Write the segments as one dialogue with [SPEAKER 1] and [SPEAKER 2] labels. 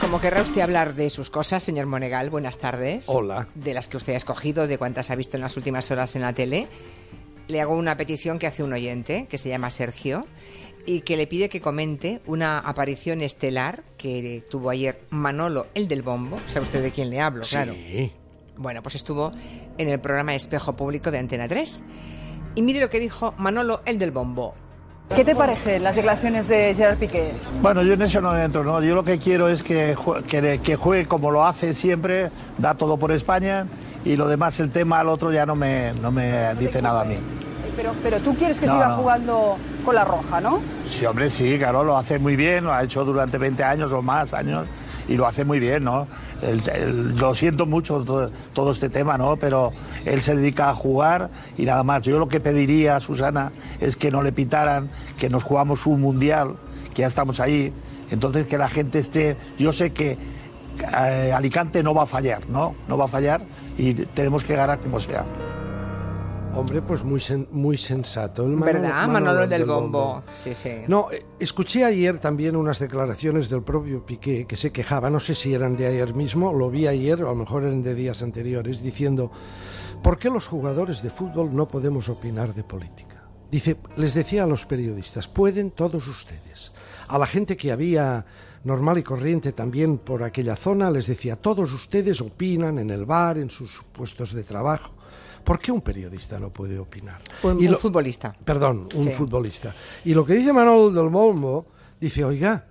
[SPEAKER 1] Como querrá usted hablar de sus cosas, señor Monegal, buenas tardes.
[SPEAKER 2] Hola.
[SPEAKER 1] De las que usted ha escogido, de cuántas ha visto en las últimas horas en la tele, le hago una petición que hace un oyente, que se llama Sergio, y que le pide que comente una aparición estelar que tuvo ayer Manolo, el del bombo. ¿Sabe usted de quién le hablo? Claro.
[SPEAKER 2] Sí.
[SPEAKER 1] Bueno, pues estuvo en el programa Espejo Público de Antena 3. Y mire lo que dijo Manolo, el del bombo.
[SPEAKER 3] ¿Qué te parecen las declaraciones de Gerard Piqué?
[SPEAKER 4] Bueno, yo en eso no entro, ¿no? Yo lo que quiero es que, jue- que, que juegue como lo hace siempre, da todo por España y lo demás, el tema al otro ya no me, no me dice nada a mí.
[SPEAKER 3] Pero, pero tú quieres que
[SPEAKER 4] No,
[SPEAKER 3] siga
[SPEAKER 4] no.
[SPEAKER 3] jugando con la roja, ¿no?
[SPEAKER 4] Sí, hombre, sí, claro, lo hace muy bien, lo ha hecho durante 20 años o más años y lo hace muy bien, ¿no? El- el- lo siento mucho to- todo, este tema, ¿no? Pero él se dedica a jugar y nada más. Yo lo que pediría a Susana es que no le pitaran, que nos jugamos un mundial, que ya estamos ahí. Entonces que la gente esté, yo sé que eh, Alicante no va a fallar, ¿no? No va a fallar y tenemos que ganar como sea.
[SPEAKER 2] Hombre, pues muy, sen- muy sensato. El Manolo-
[SPEAKER 1] ¿Verdad? Manolo, el del bombo. Sí, sí.
[SPEAKER 2] No, eh, escuché ayer también unas declaraciones del propio Piqué que se quejaba, no sé si eran de ayer mismo, lo vi ayer, o a lo mejor eran de días anteriores, diciendo, ¿por qué los jugadores de fútbol no podemos opinar de política? Dice, les decía a los periodistas, pueden todos ustedes. A la gente que había normal y corriente también por aquella zona, les decía, todos ustedes opinan en el bar, en sus puestos de trabajo. ¿Por qué un periodista no puede opinar?
[SPEAKER 1] Un,
[SPEAKER 2] Y
[SPEAKER 1] un
[SPEAKER 2] lo-
[SPEAKER 1] futbolista.
[SPEAKER 2] perdón, un
[SPEAKER 1] Sí.
[SPEAKER 2] futbolista. Y lo que dice Manolo del Molmo, dice, oiga,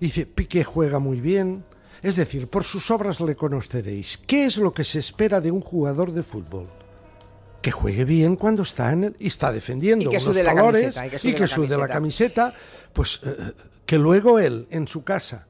[SPEAKER 2] dice, Piqué juega muy bien, es decir, por sus obras le conoceréis. ¿Qué es lo que se espera de un jugador de fútbol? Que juegue bien cuando está en el, y está defendiendo
[SPEAKER 1] Y que
[SPEAKER 2] unos
[SPEAKER 1] sude la
[SPEAKER 2] colores
[SPEAKER 1] camiseta, y que sude
[SPEAKER 2] y que
[SPEAKER 1] la
[SPEAKER 2] sude la camiseta, pues eh, que luego él en su casa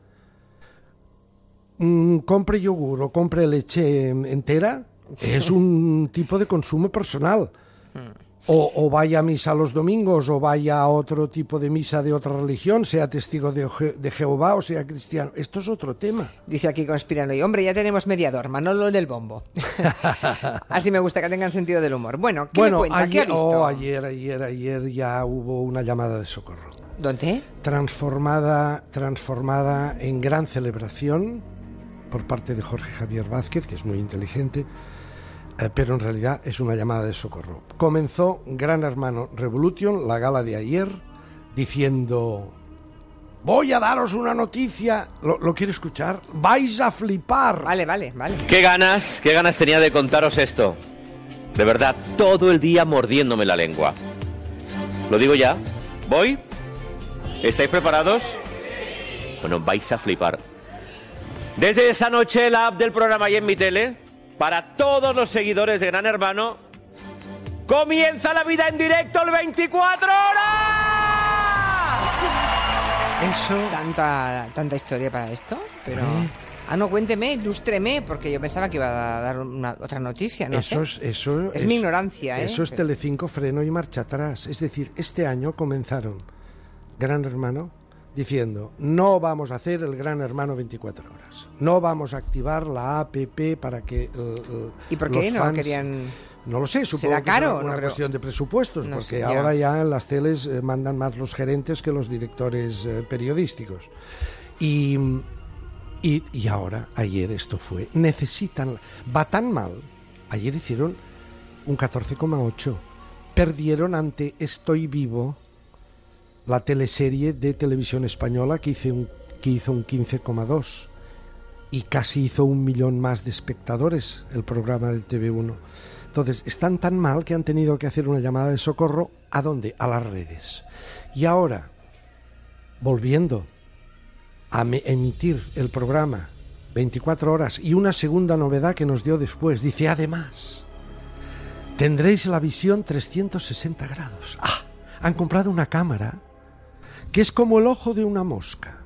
[SPEAKER 2] mm, compre yogur o compre leche em, entera es un tipo de consumo personal.
[SPEAKER 1] Mm.
[SPEAKER 2] O, o vaya a misa los domingos, o vaya a otro tipo de misa de otra religión, sea testigo de, Je- de Jehová o sea cristiano. Esto es otro tema.
[SPEAKER 1] Dice aquí conspirando y hombre, ya tenemos mediador, Manolo el del bombo. Así me gusta que tengan sentido del humor. Bueno, ¿qué me cuenta? ¿Qué ha
[SPEAKER 2] ayer,
[SPEAKER 1] visto?
[SPEAKER 2] oh, ayer, ayer, ayer ya hubo una llamada de socorro.
[SPEAKER 1] ¿Dónde?
[SPEAKER 2] transformada, transformada en gran celebración por parte de Jorge Javier Vázquez, que es muy inteligente, eh, pero en realidad es una llamada de socorro. Comenzó Gran Hermano Revolution, la gala de ayer, diciendo, voy a daros una noticia, ¿lo, lo quiere escuchar? Vais a flipar.
[SPEAKER 1] Vale, vale, vale.
[SPEAKER 5] ¿Qué ganas, qué ganas tenía de contaros esto? De verdad, todo el día mordiéndome la lengua. Lo digo ya. ¿Voy? ¿Estáis preparados? Bueno, vais a flipar. Desde esa noche, la app del programa y en mi tele, para todos los seguidores de Gran Hermano, comienza la vida en directo el 24 horas.
[SPEAKER 2] Eso...
[SPEAKER 1] Tanta, tanta historia para esto, pero...
[SPEAKER 2] Eh.
[SPEAKER 1] Ah, no, cuénteme, ilústreme, porque yo pensaba que iba a dar una, otra noticia, no
[SPEAKER 2] eso
[SPEAKER 1] sé.
[SPEAKER 2] es, eso
[SPEAKER 1] Es mi ignorancia, ¿eh?
[SPEAKER 2] Eso es Telecinco freno y marcha atrás. Es decir, este año comenzaron Gran Hermano diciendo no vamos a hacer el Gran Hermano 24 horas, no vamos a activar la APP para que eh, eh,
[SPEAKER 1] ¿Y por qué
[SPEAKER 2] los
[SPEAKER 1] no
[SPEAKER 2] fans-
[SPEAKER 1] querían...?
[SPEAKER 2] no lo sé, supongo
[SPEAKER 1] ¿Será
[SPEAKER 2] que será
[SPEAKER 1] caro?
[SPEAKER 2] una
[SPEAKER 1] No creo.
[SPEAKER 2] cuestión de presupuestos,
[SPEAKER 1] No
[SPEAKER 2] porque
[SPEAKER 1] sé, ya.
[SPEAKER 2] ahora ya en las teles eh, mandan más los gerentes que los directores eh, periodísticos. Y, y, y ahora, ayer esto fue, necesitan, va tan mal, ayer hicieron un 14,8, perdieron ante Estoy Vivo la teleserie de televisión española que, hice un, que hizo un 15,2 y casi hizo un millón más de espectadores el programa de TV1. Entonces, están tan mal que han tenido que hacer una llamada de socorro. ¿A dónde? A las redes. Y ahora, volviendo a me- emitir el programa 24 horas y una segunda novedad que nos dio después, dice, además, tendréis la visión 360 grados. Ah, han comprado una cámara que es como el ojo de una mosca.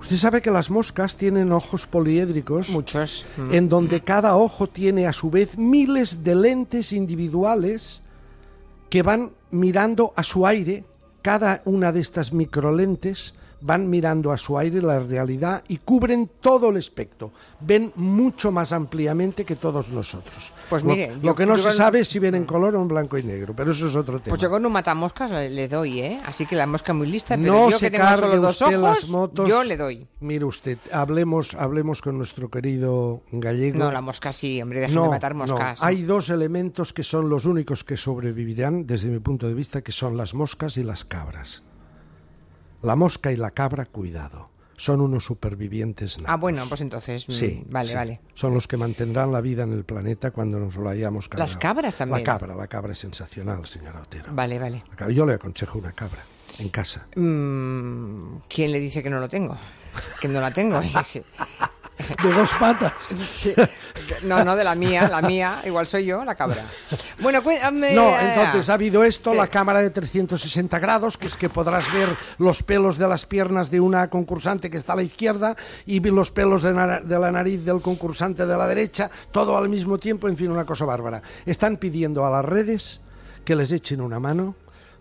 [SPEAKER 2] Usted sabe que las moscas tienen ojos poliédricos
[SPEAKER 1] Muchos. mm.
[SPEAKER 2] en donde cada ojo tiene a su vez miles de lentes individuales que van mirando a su aire. Cada una de estas microlentes van mirando a su aire la realidad y cubren todo el espectro. Ven mucho más ampliamente que todos nosotros.
[SPEAKER 1] Pues
[SPEAKER 2] Lo-
[SPEAKER 1] mire,
[SPEAKER 2] lo,
[SPEAKER 1] yo-
[SPEAKER 2] que no
[SPEAKER 1] yo
[SPEAKER 2] se
[SPEAKER 1] con-
[SPEAKER 2] sabe es si ven en color o en blanco y negro, pero eso es otro tema.
[SPEAKER 1] Pues yo con un matamoscas le le doy, ¿eh? Así que la mosca muy lista, pero
[SPEAKER 2] no
[SPEAKER 1] yo que
[SPEAKER 2] se
[SPEAKER 1] tengo
[SPEAKER 2] cargue
[SPEAKER 1] solo dos
[SPEAKER 2] usted las
[SPEAKER 1] ojos,
[SPEAKER 2] motos.
[SPEAKER 1] yo le doy.
[SPEAKER 2] Mire usted, hablemos, hablemos con nuestro querido gallego.
[SPEAKER 1] No, la mosca sí, hombre, dejen de matar moscas.
[SPEAKER 2] no. Hay dos elementos que son los únicos que sobrevivirán, desde mi punto de vista, que son las moscas y las cabras. La mosca y la cabra, cuidado, son unos supervivientes natos.
[SPEAKER 1] Ah, bueno, pues entonces, mm,
[SPEAKER 2] Sí,
[SPEAKER 1] vale,
[SPEAKER 2] sí.
[SPEAKER 1] vale.
[SPEAKER 2] Son los que mantendrán la vida en el planeta cuando nos lo hayamos cargado.
[SPEAKER 1] Las cabras también.
[SPEAKER 2] La cabra, la cabra es sensacional, señora Otero.
[SPEAKER 1] Vale, vale.
[SPEAKER 2] La cabra- Yo le aconsejo una cabra en casa.
[SPEAKER 1] Mm, ¿Quién le dice que no lo tengo? Que no la tengo. Sí.
[SPEAKER 2] De dos patas.
[SPEAKER 1] Sí. No, no, de la mía, la mía, igual soy yo, la cabra. Bueno, ah, cuéntame.
[SPEAKER 2] No, entonces ha habido esto,
[SPEAKER 1] Sí.
[SPEAKER 2] la cámara de 360 grados, que es que podrás ver los pelos de las piernas de una concursante que está a la izquierda y vi- los pelos de, nara- de la nariz del concursante de la derecha, todo al mismo tiempo, en fin, una cosa bárbara. Están pidiendo a las redes que les echen una mano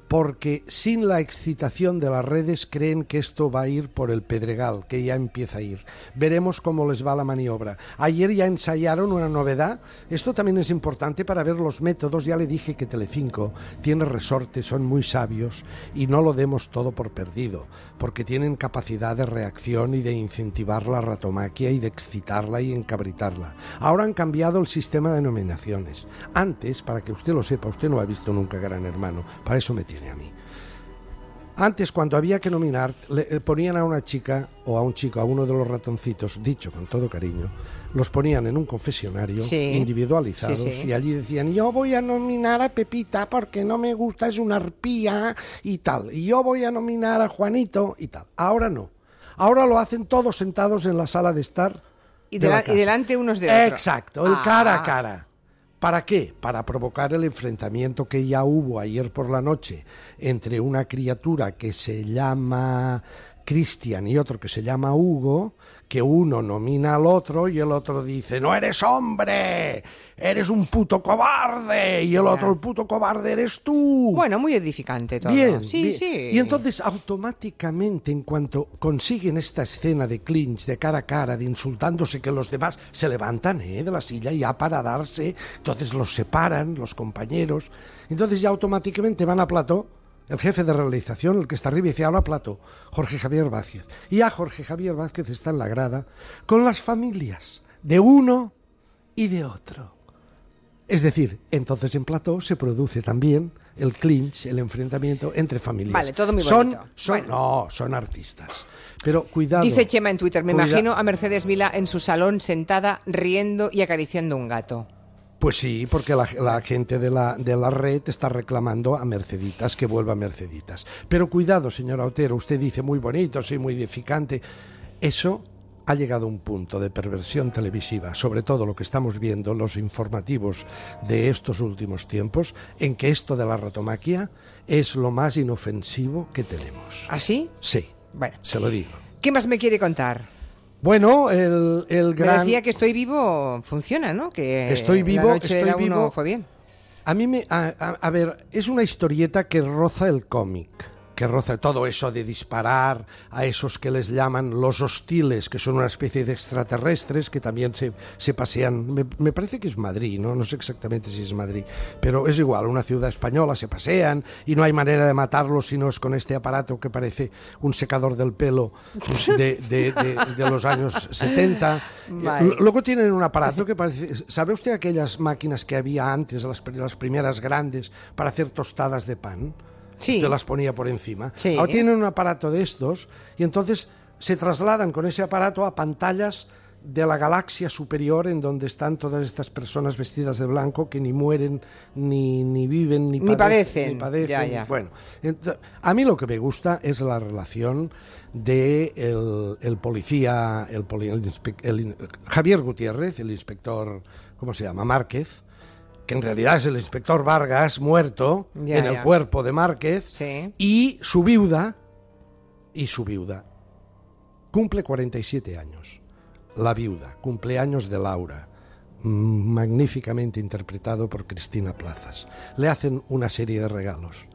[SPEAKER 2] porque sin la excitación de las redes creen que esto va a ir por el pedregal, que ya empieza a ir. Veremos cómo les va la maniobra. Ayer ya ensayaron una novedad. Esto también es importante para ver los métodos. Ya le dije que Telecinco tiene resorte, son muy sabios y no lo demos todo por perdido, porque tienen capacidad de reacción y de incentivar la ratomaquia y de excitarla y encabritarla. Ahora han cambiado el sistema de nominaciones. Antes, para que usted lo sepa, usted no ha visto nunca Gran Hermano, para eso me tiene a mí. Antes, cuando había que nominar, le eh, ponían a una chica o a un chico, a uno de los ratoncitos, dicho con todo cariño, los ponían en un confesionario
[SPEAKER 1] Sí.
[SPEAKER 2] individualizados
[SPEAKER 1] Sí, sí.
[SPEAKER 2] y allí decían, yo voy a nominar a Pepita porque no me gusta, es una arpía y tal, y yo voy a nominar a Juanito y tal. Ahora no. Ahora lo hacen todos sentados en la sala de estar.
[SPEAKER 1] Y,
[SPEAKER 2] de
[SPEAKER 1] dela-
[SPEAKER 2] la
[SPEAKER 1] y
[SPEAKER 2] casa.
[SPEAKER 1] delante unos de otros. Ah.
[SPEAKER 2] Exacto, el cara a cara. ¿Para qué? Para provocar el enfrentamiento que ya hubo ayer por la noche entre una criatura que se llama Cristian y otro que se llama Hugo, que uno nomina al otro y el otro dice, no eres hombre, eres un puto cobarde, y el otro, el puto cobarde eres tú.
[SPEAKER 1] Bueno, muy edificante todo.
[SPEAKER 2] Bien,
[SPEAKER 1] sí,
[SPEAKER 2] bien.
[SPEAKER 1] sí.
[SPEAKER 2] Y entonces automáticamente, en cuanto consiguen esta escena de clinch, de cara a cara, de insultándose, que los demás se levantan ¿eh? de la silla ya para darse, entonces los separan, los compañeros, entonces ya automáticamente van a plató. El jefe de realización, el que está arriba, dice, ahora plato, Jorge Javier Vázquez. Y ya Jorge Javier Vázquez está en la grada con las familias de uno y de otro. Es decir, entonces en plató se produce también el clinch, el enfrentamiento entre familias.
[SPEAKER 1] Vale, todo muy
[SPEAKER 2] Son,
[SPEAKER 1] bonito.
[SPEAKER 2] son- No, son artistas. Pero cuidado.
[SPEAKER 1] Dice Chema en Twitter, me
[SPEAKER 2] Cuida-
[SPEAKER 1] imagino a Mercedes Vila en su salón sentada riendo y acariciando un gato.
[SPEAKER 2] Pues sí, porque la, la gente de la, de la red está reclamando a Merceditas, que vuelva Merceditas. Pero cuidado, señora Otero, usted dice muy bonito, sí, muy edificante. Eso ha llegado a un punto de perversión televisiva, sobre todo lo que estamos viendo, los informativos de estos últimos tiempos, en que esto de la ratomaquia es lo más inofensivo que tenemos.
[SPEAKER 1] ¿Así?
[SPEAKER 2] Sí,
[SPEAKER 1] ¿Ah, Bueno.
[SPEAKER 2] se lo digo.
[SPEAKER 1] ¿Qué más me quiere contar?
[SPEAKER 2] Bueno, el, el
[SPEAKER 1] Me
[SPEAKER 2] gran...
[SPEAKER 1] decía que estoy vivo funciona, ¿no? Que
[SPEAKER 2] Estoy vivo,
[SPEAKER 1] la noche de
[SPEAKER 2] estoy
[SPEAKER 1] la uno
[SPEAKER 2] vivo.
[SPEAKER 1] fue bien.
[SPEAKER 2] A mí me. A, a- a ver, es una historieta que roza el cómic. Que roza todo eso de disparar a esos que les llaman los hostiles, que son una especie de extraterrestres que también se, se pasean. Me, me parece que es Madrid, ¿no? No sé exactamente si es Madrid, pero es igual, una ciudad española, se pasean y no hay manera de matarlos si no es con este aparato que parece un secador del pelo de, de- de- de los años 70.
[SPEAKER 1] Vale.
[SPEAKER 2] Lo- Luego tienen un aparato que parece... ¿Sabe usted aquellas máquinas que había antes, las, pri- las primeras grandes, para hacer tostadas de pan?
[SPEAKER 1] Sí.
[SPEAKER 2] Te las ponía por encima.
[SPEAKER 1] Sí.
[SPEAKER 2] Ahora tienen un aparato de estos y entonces se trasladan con ese aparato a pantallas de la galaxia superior en donde están todas estas personas vestidas de blanco que ni mueren, ni, ni viven, ni,
[SPEAKER 1] Ni padecen.
[SPEAKER 2] ni padecen.
[SPEAKER 1] Ya, ya.
[SPEAKER 2] Bueno, ento- a mí lo que me gusta es la relación de el, el policía, el, poli- el inspe- el in- Javier Gutiérrez, el inspector, ¿cómo se llama? Márquez, que en realidad es el inspector Vargas muerto
[SPEAKER 1] Ya,
[SPEAKER 2] en el
[SPEAKER 1] ya.
[SPEAKER 2] cuerpo de Márquez,
[SPEAKER 1] Sí.
[SPEAKER 2] y su viuda, y su viuda, cumple 47 años. La viuda, cumpleaños de Laura, mm, magníficamente interpretado por Cristina Plazas. Le hacen una serie de regalos.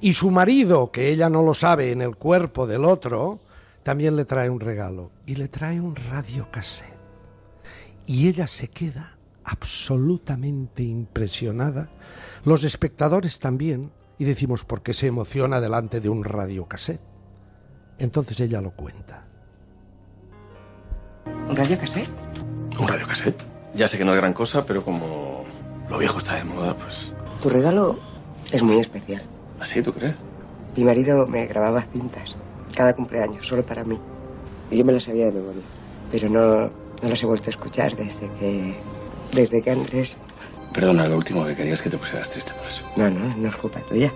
[SPEAKER 2] Y su marido, que ella no lo sabe, en el cuerpo del otro, también le trae un regalo y le trae un radiocassette. Y ella se queda absolutamente impresionada, los espectadores también, y decimos, ¿por qué se emociona delante de un radiocassette? Entonces ella lo cuenta.
[SPEAKER 1] ¿Un radio cassette?
[SPEAKER 6] ¿Un radiocassette? Ya sé que no es gran cosa, pero como lo viejo está de moda, pues...
[SPEAKER 7] Tu regalo es muy especial.
[SPEAKER 6] ¿Así tú crees?
[SPEAKER 7] Mi marido me grababa cintas cada cumpleaños, solo para mí. Y yo me las sabía de memoria, pero no, no las he vuelto a escuchar desde que, desde que Andrés...
[SPEAKER 6] Perdona, lo último que quería es que te pusieras triste por eso.
[SPEAKER 7] No, no, no es culpa tuya.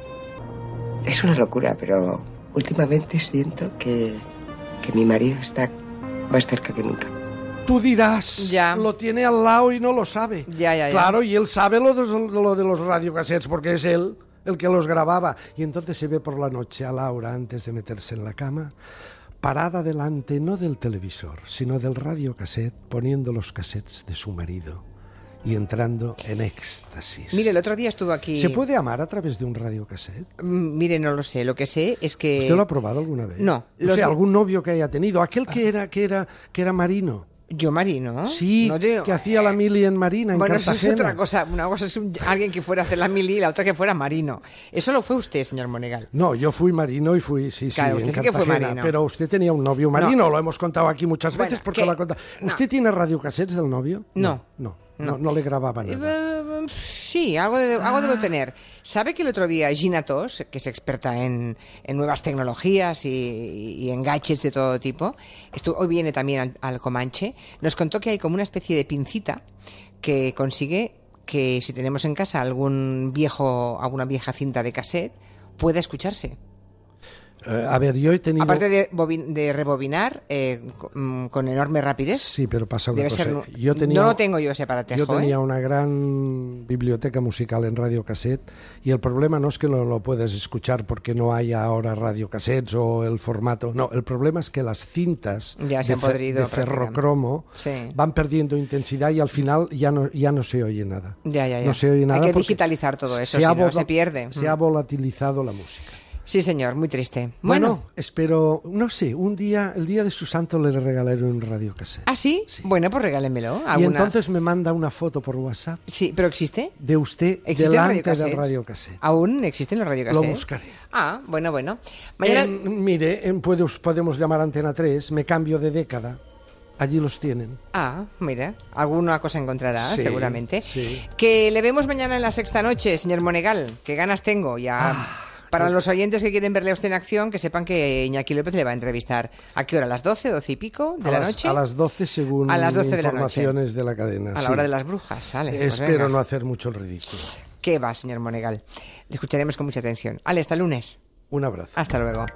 [SPEAKER 7] Es una locura, pero últimamente siento que, que mi marido está más cerca que nunca.
[SPEAKER 2] Tú dirás,
[SPEAKER 1] Ya.
[SPEAKER 2] lo tiene al lado y no lo sabe.
[SPEAKER 1] Ya, ya, ya.
[SPEAKER 2] Claro, y él sabe lo de, lo de los radiocassettes porque es él el que los grababa. Y entonces se ve por la noche a Laura antes de meterse en la cama, parada delante no del televisor, sino del radiocassette, poniendo los cassettes de su marido y entrando en éxtasis.
[SPEAKER 1] Mire, el otro día estuvo aquí.
[SPEAKER 2] ¿Se puede amar a través de un radiocassette?
[SPEAKER 1] Mm, Mire, no lo sé. Lo que sé es que.
[SPEAKER 2] ¿Usted Pues lo ha probado alguna vez?
[SPEAKER 1] Eh, no,
[SPEAKER 2] O
[SPEAKER 1] los-
[SPEAKER 2] sea, algún novio que haya tenido, aquel que era, que era, que era marino.
[SPEAKER 1] Yo marino.
[SPEAKER 2] Sí,
[SPEAKER 1] Oh. No te-
[SPEAKER 2] que hacía la mili en Marina, en
[SPEAKER 1] Bueno, eso
[SPEAKER 2] Cartagena.
[SPEAKER 1] es otra cosa. Una cosa es un- alguien que fuera a hacer la mili y la otra que fuera marino. Eso lo fue usted, señor Monegal.
[SPEAKER 2] No, yo fui marino y fui, sí, sí,
[SPEAKER 1] Claro,
[SPEAKER 2] en
[SPEAKER 1] usted sí que fue
[SPEAKER 2] Cartagena,
[SPEAKER 1] marino.
[SPEAKER 2] Pero usted tenía un novio marino, lo hemos contado aquí muchas
[SPEAKER 1] Bueno,
[SPEAKER 2] veces porque
[SPEAKER 1] que-
[SPEAKER 2] lo ha contado.
[SPEAKER 1] no.
[SPEAKER 2] ¿Usted tiene radiocassettes del novio?
[SPEAKER 1] No.
[SPEAKER 2] No, no, no, no le grababa nada.
[SPEAKER 1] Eh, Sí, algo, de- algo
[SPEAKER 2] Ah.
[SPEAKER 1] debo tener. ¿Sabe que el otro día Gina Toss, que es experta en, en nuevas tecnologías y, y en gadgets de todo tipo, estu- hoy viene también al, al Comanche, nos contó que hay como una especie de pincita que consigue que si tenemos en casa algún viejo, alguna vieja cinta de cassette, pueda escucharse.
[SPEAKER 2] Eh, a ver, yo he tenido...
[SPEAKER 1] Aparte de, bobin- de rebobinar eh, co- mm, con enorme rapidez.
[SPEAKER 2] Sí, pero pasa una
[SPEAKER 1] Debe
[SPEAKER 2] cosa.
[SPEAKER 1] ser nu-
[SPEAKER 2] Yo tenía,
[SPEAKER 1] No lo tengo yo ese aparatejo.
[SPEAKER 2] Yo tenía
[SPEAKER 1] ¿eh?
[SPEAKER 2] una gran biblioteca musical en radiocassette y el problema no es que no lo puedas escuchar porque no hay ahora radiocassettes o el formato. No, el problema es que las cintas
[SPEAKER 1] Ya se
[SPEAKER 2] de,
[SPEAKER 1] han
[SPEAKER 2] fe-
[SPEAKER 1] podrido
[SPEAKER 2] de ferrocromo
[SPEAKER 1] prácticamente. Sí.
[SPEAKER 2] van perdiendo intensidad y al final ya no, ya no se oye nada.
[SPEAKER 1] Ya, ya, ya.
[SPEAKER 2] No se oye
[SPEAKER 1] Hay
[SPEAKER 2] nada.
[SPEAKER 1] que
[SPEAKER 2] porque
[SPEAKER 1] digitalizar todo eso,
[SPEAKER 2] ha
[SPEAKER 1] si no,
[SPEAKER 2] vola-
[SPEAKER 1] se pierde. Mm.
[SPEAKER 2] Se ha volatilizado la música.
[SPEAKER 1] Sí, señor, muy triste.
[SPEAKER 2] Bueno,
[SPEAKER 1] Bueno.
[SPEAKER 2] espero, no sé, un día, el día de su santo le regalaré un radiocassette.
[SPEAKER 1] ¿Ah, sí? Bueno, pues regálemelo.
[SPEAKER 2] y
[SPEAKER 1] alguna.
[SPEAKER 2] entonces me manda una foto por WhatsApp
[SPEAKER 1] Sí, pero existe.
[SPEAKER 2] de usted
[SPEAKER 1] ¿Existen
[SPEAKER 2] delante
[SPEAKER 1] radiocassettes? Ah,
[SPEAKER 2] del radiocassette.
[SPEAKER 1] Aún existen los radiocassettes.
[SPEAKER 2] Lo buscaré.
[SPEAKER 1] Ah, bueno, bueno. Mañana.
[SPEAKER 2] En- mire, en puede- podemos llamar Antena 3, me cambio de década. Allí los tienen.
[SPEAKER 1] Ah, mira, alguna cosa encontrará,
[SPEAKER 2] Sí,
[SPEAKER 1] seguramente.
[SPEAKER 2] sí.
[SPEAKER 1] Que le vemos mañana en la sexta noche, señor Monegal. Qué ganas tengo ya.
[SPEAKER 2] Ah, eh.
[SPEAKER 1] Para los oyentes que quieren verle a usted en acción, que sepan que Iñaki López le va a entrevistar. ¿a qué hora? ¿A las 12, 12 y pico de
[SPEAKER 2] a
[SPEAKER 1] la
[SPEAKER 2] las,
[SPEAKER 1] noche?
[SPEAKER 2] A las 12 según
[SPEAKER 1] A las 12 de la noche.
[SPEAKER 2] informaciones de la cadena.
[SPEAKER 1] A la
[SPEAKER 2] sí.
[SPEAKER 1] hora de las brujas, ¿vale? pues
[SPEAKER 2] Espero
[SPEAKER 1] venga.
[SPEAKER 2] no hacer mucho el ridículo.
[SPEAKER 1] ¿Qué va, señor Monegal? Le escucharemos con mucha atención. Ale, hasta el lunes.
[SPEAKER 2] Un abrazo.
[SPEAKER 1] Hasta luego.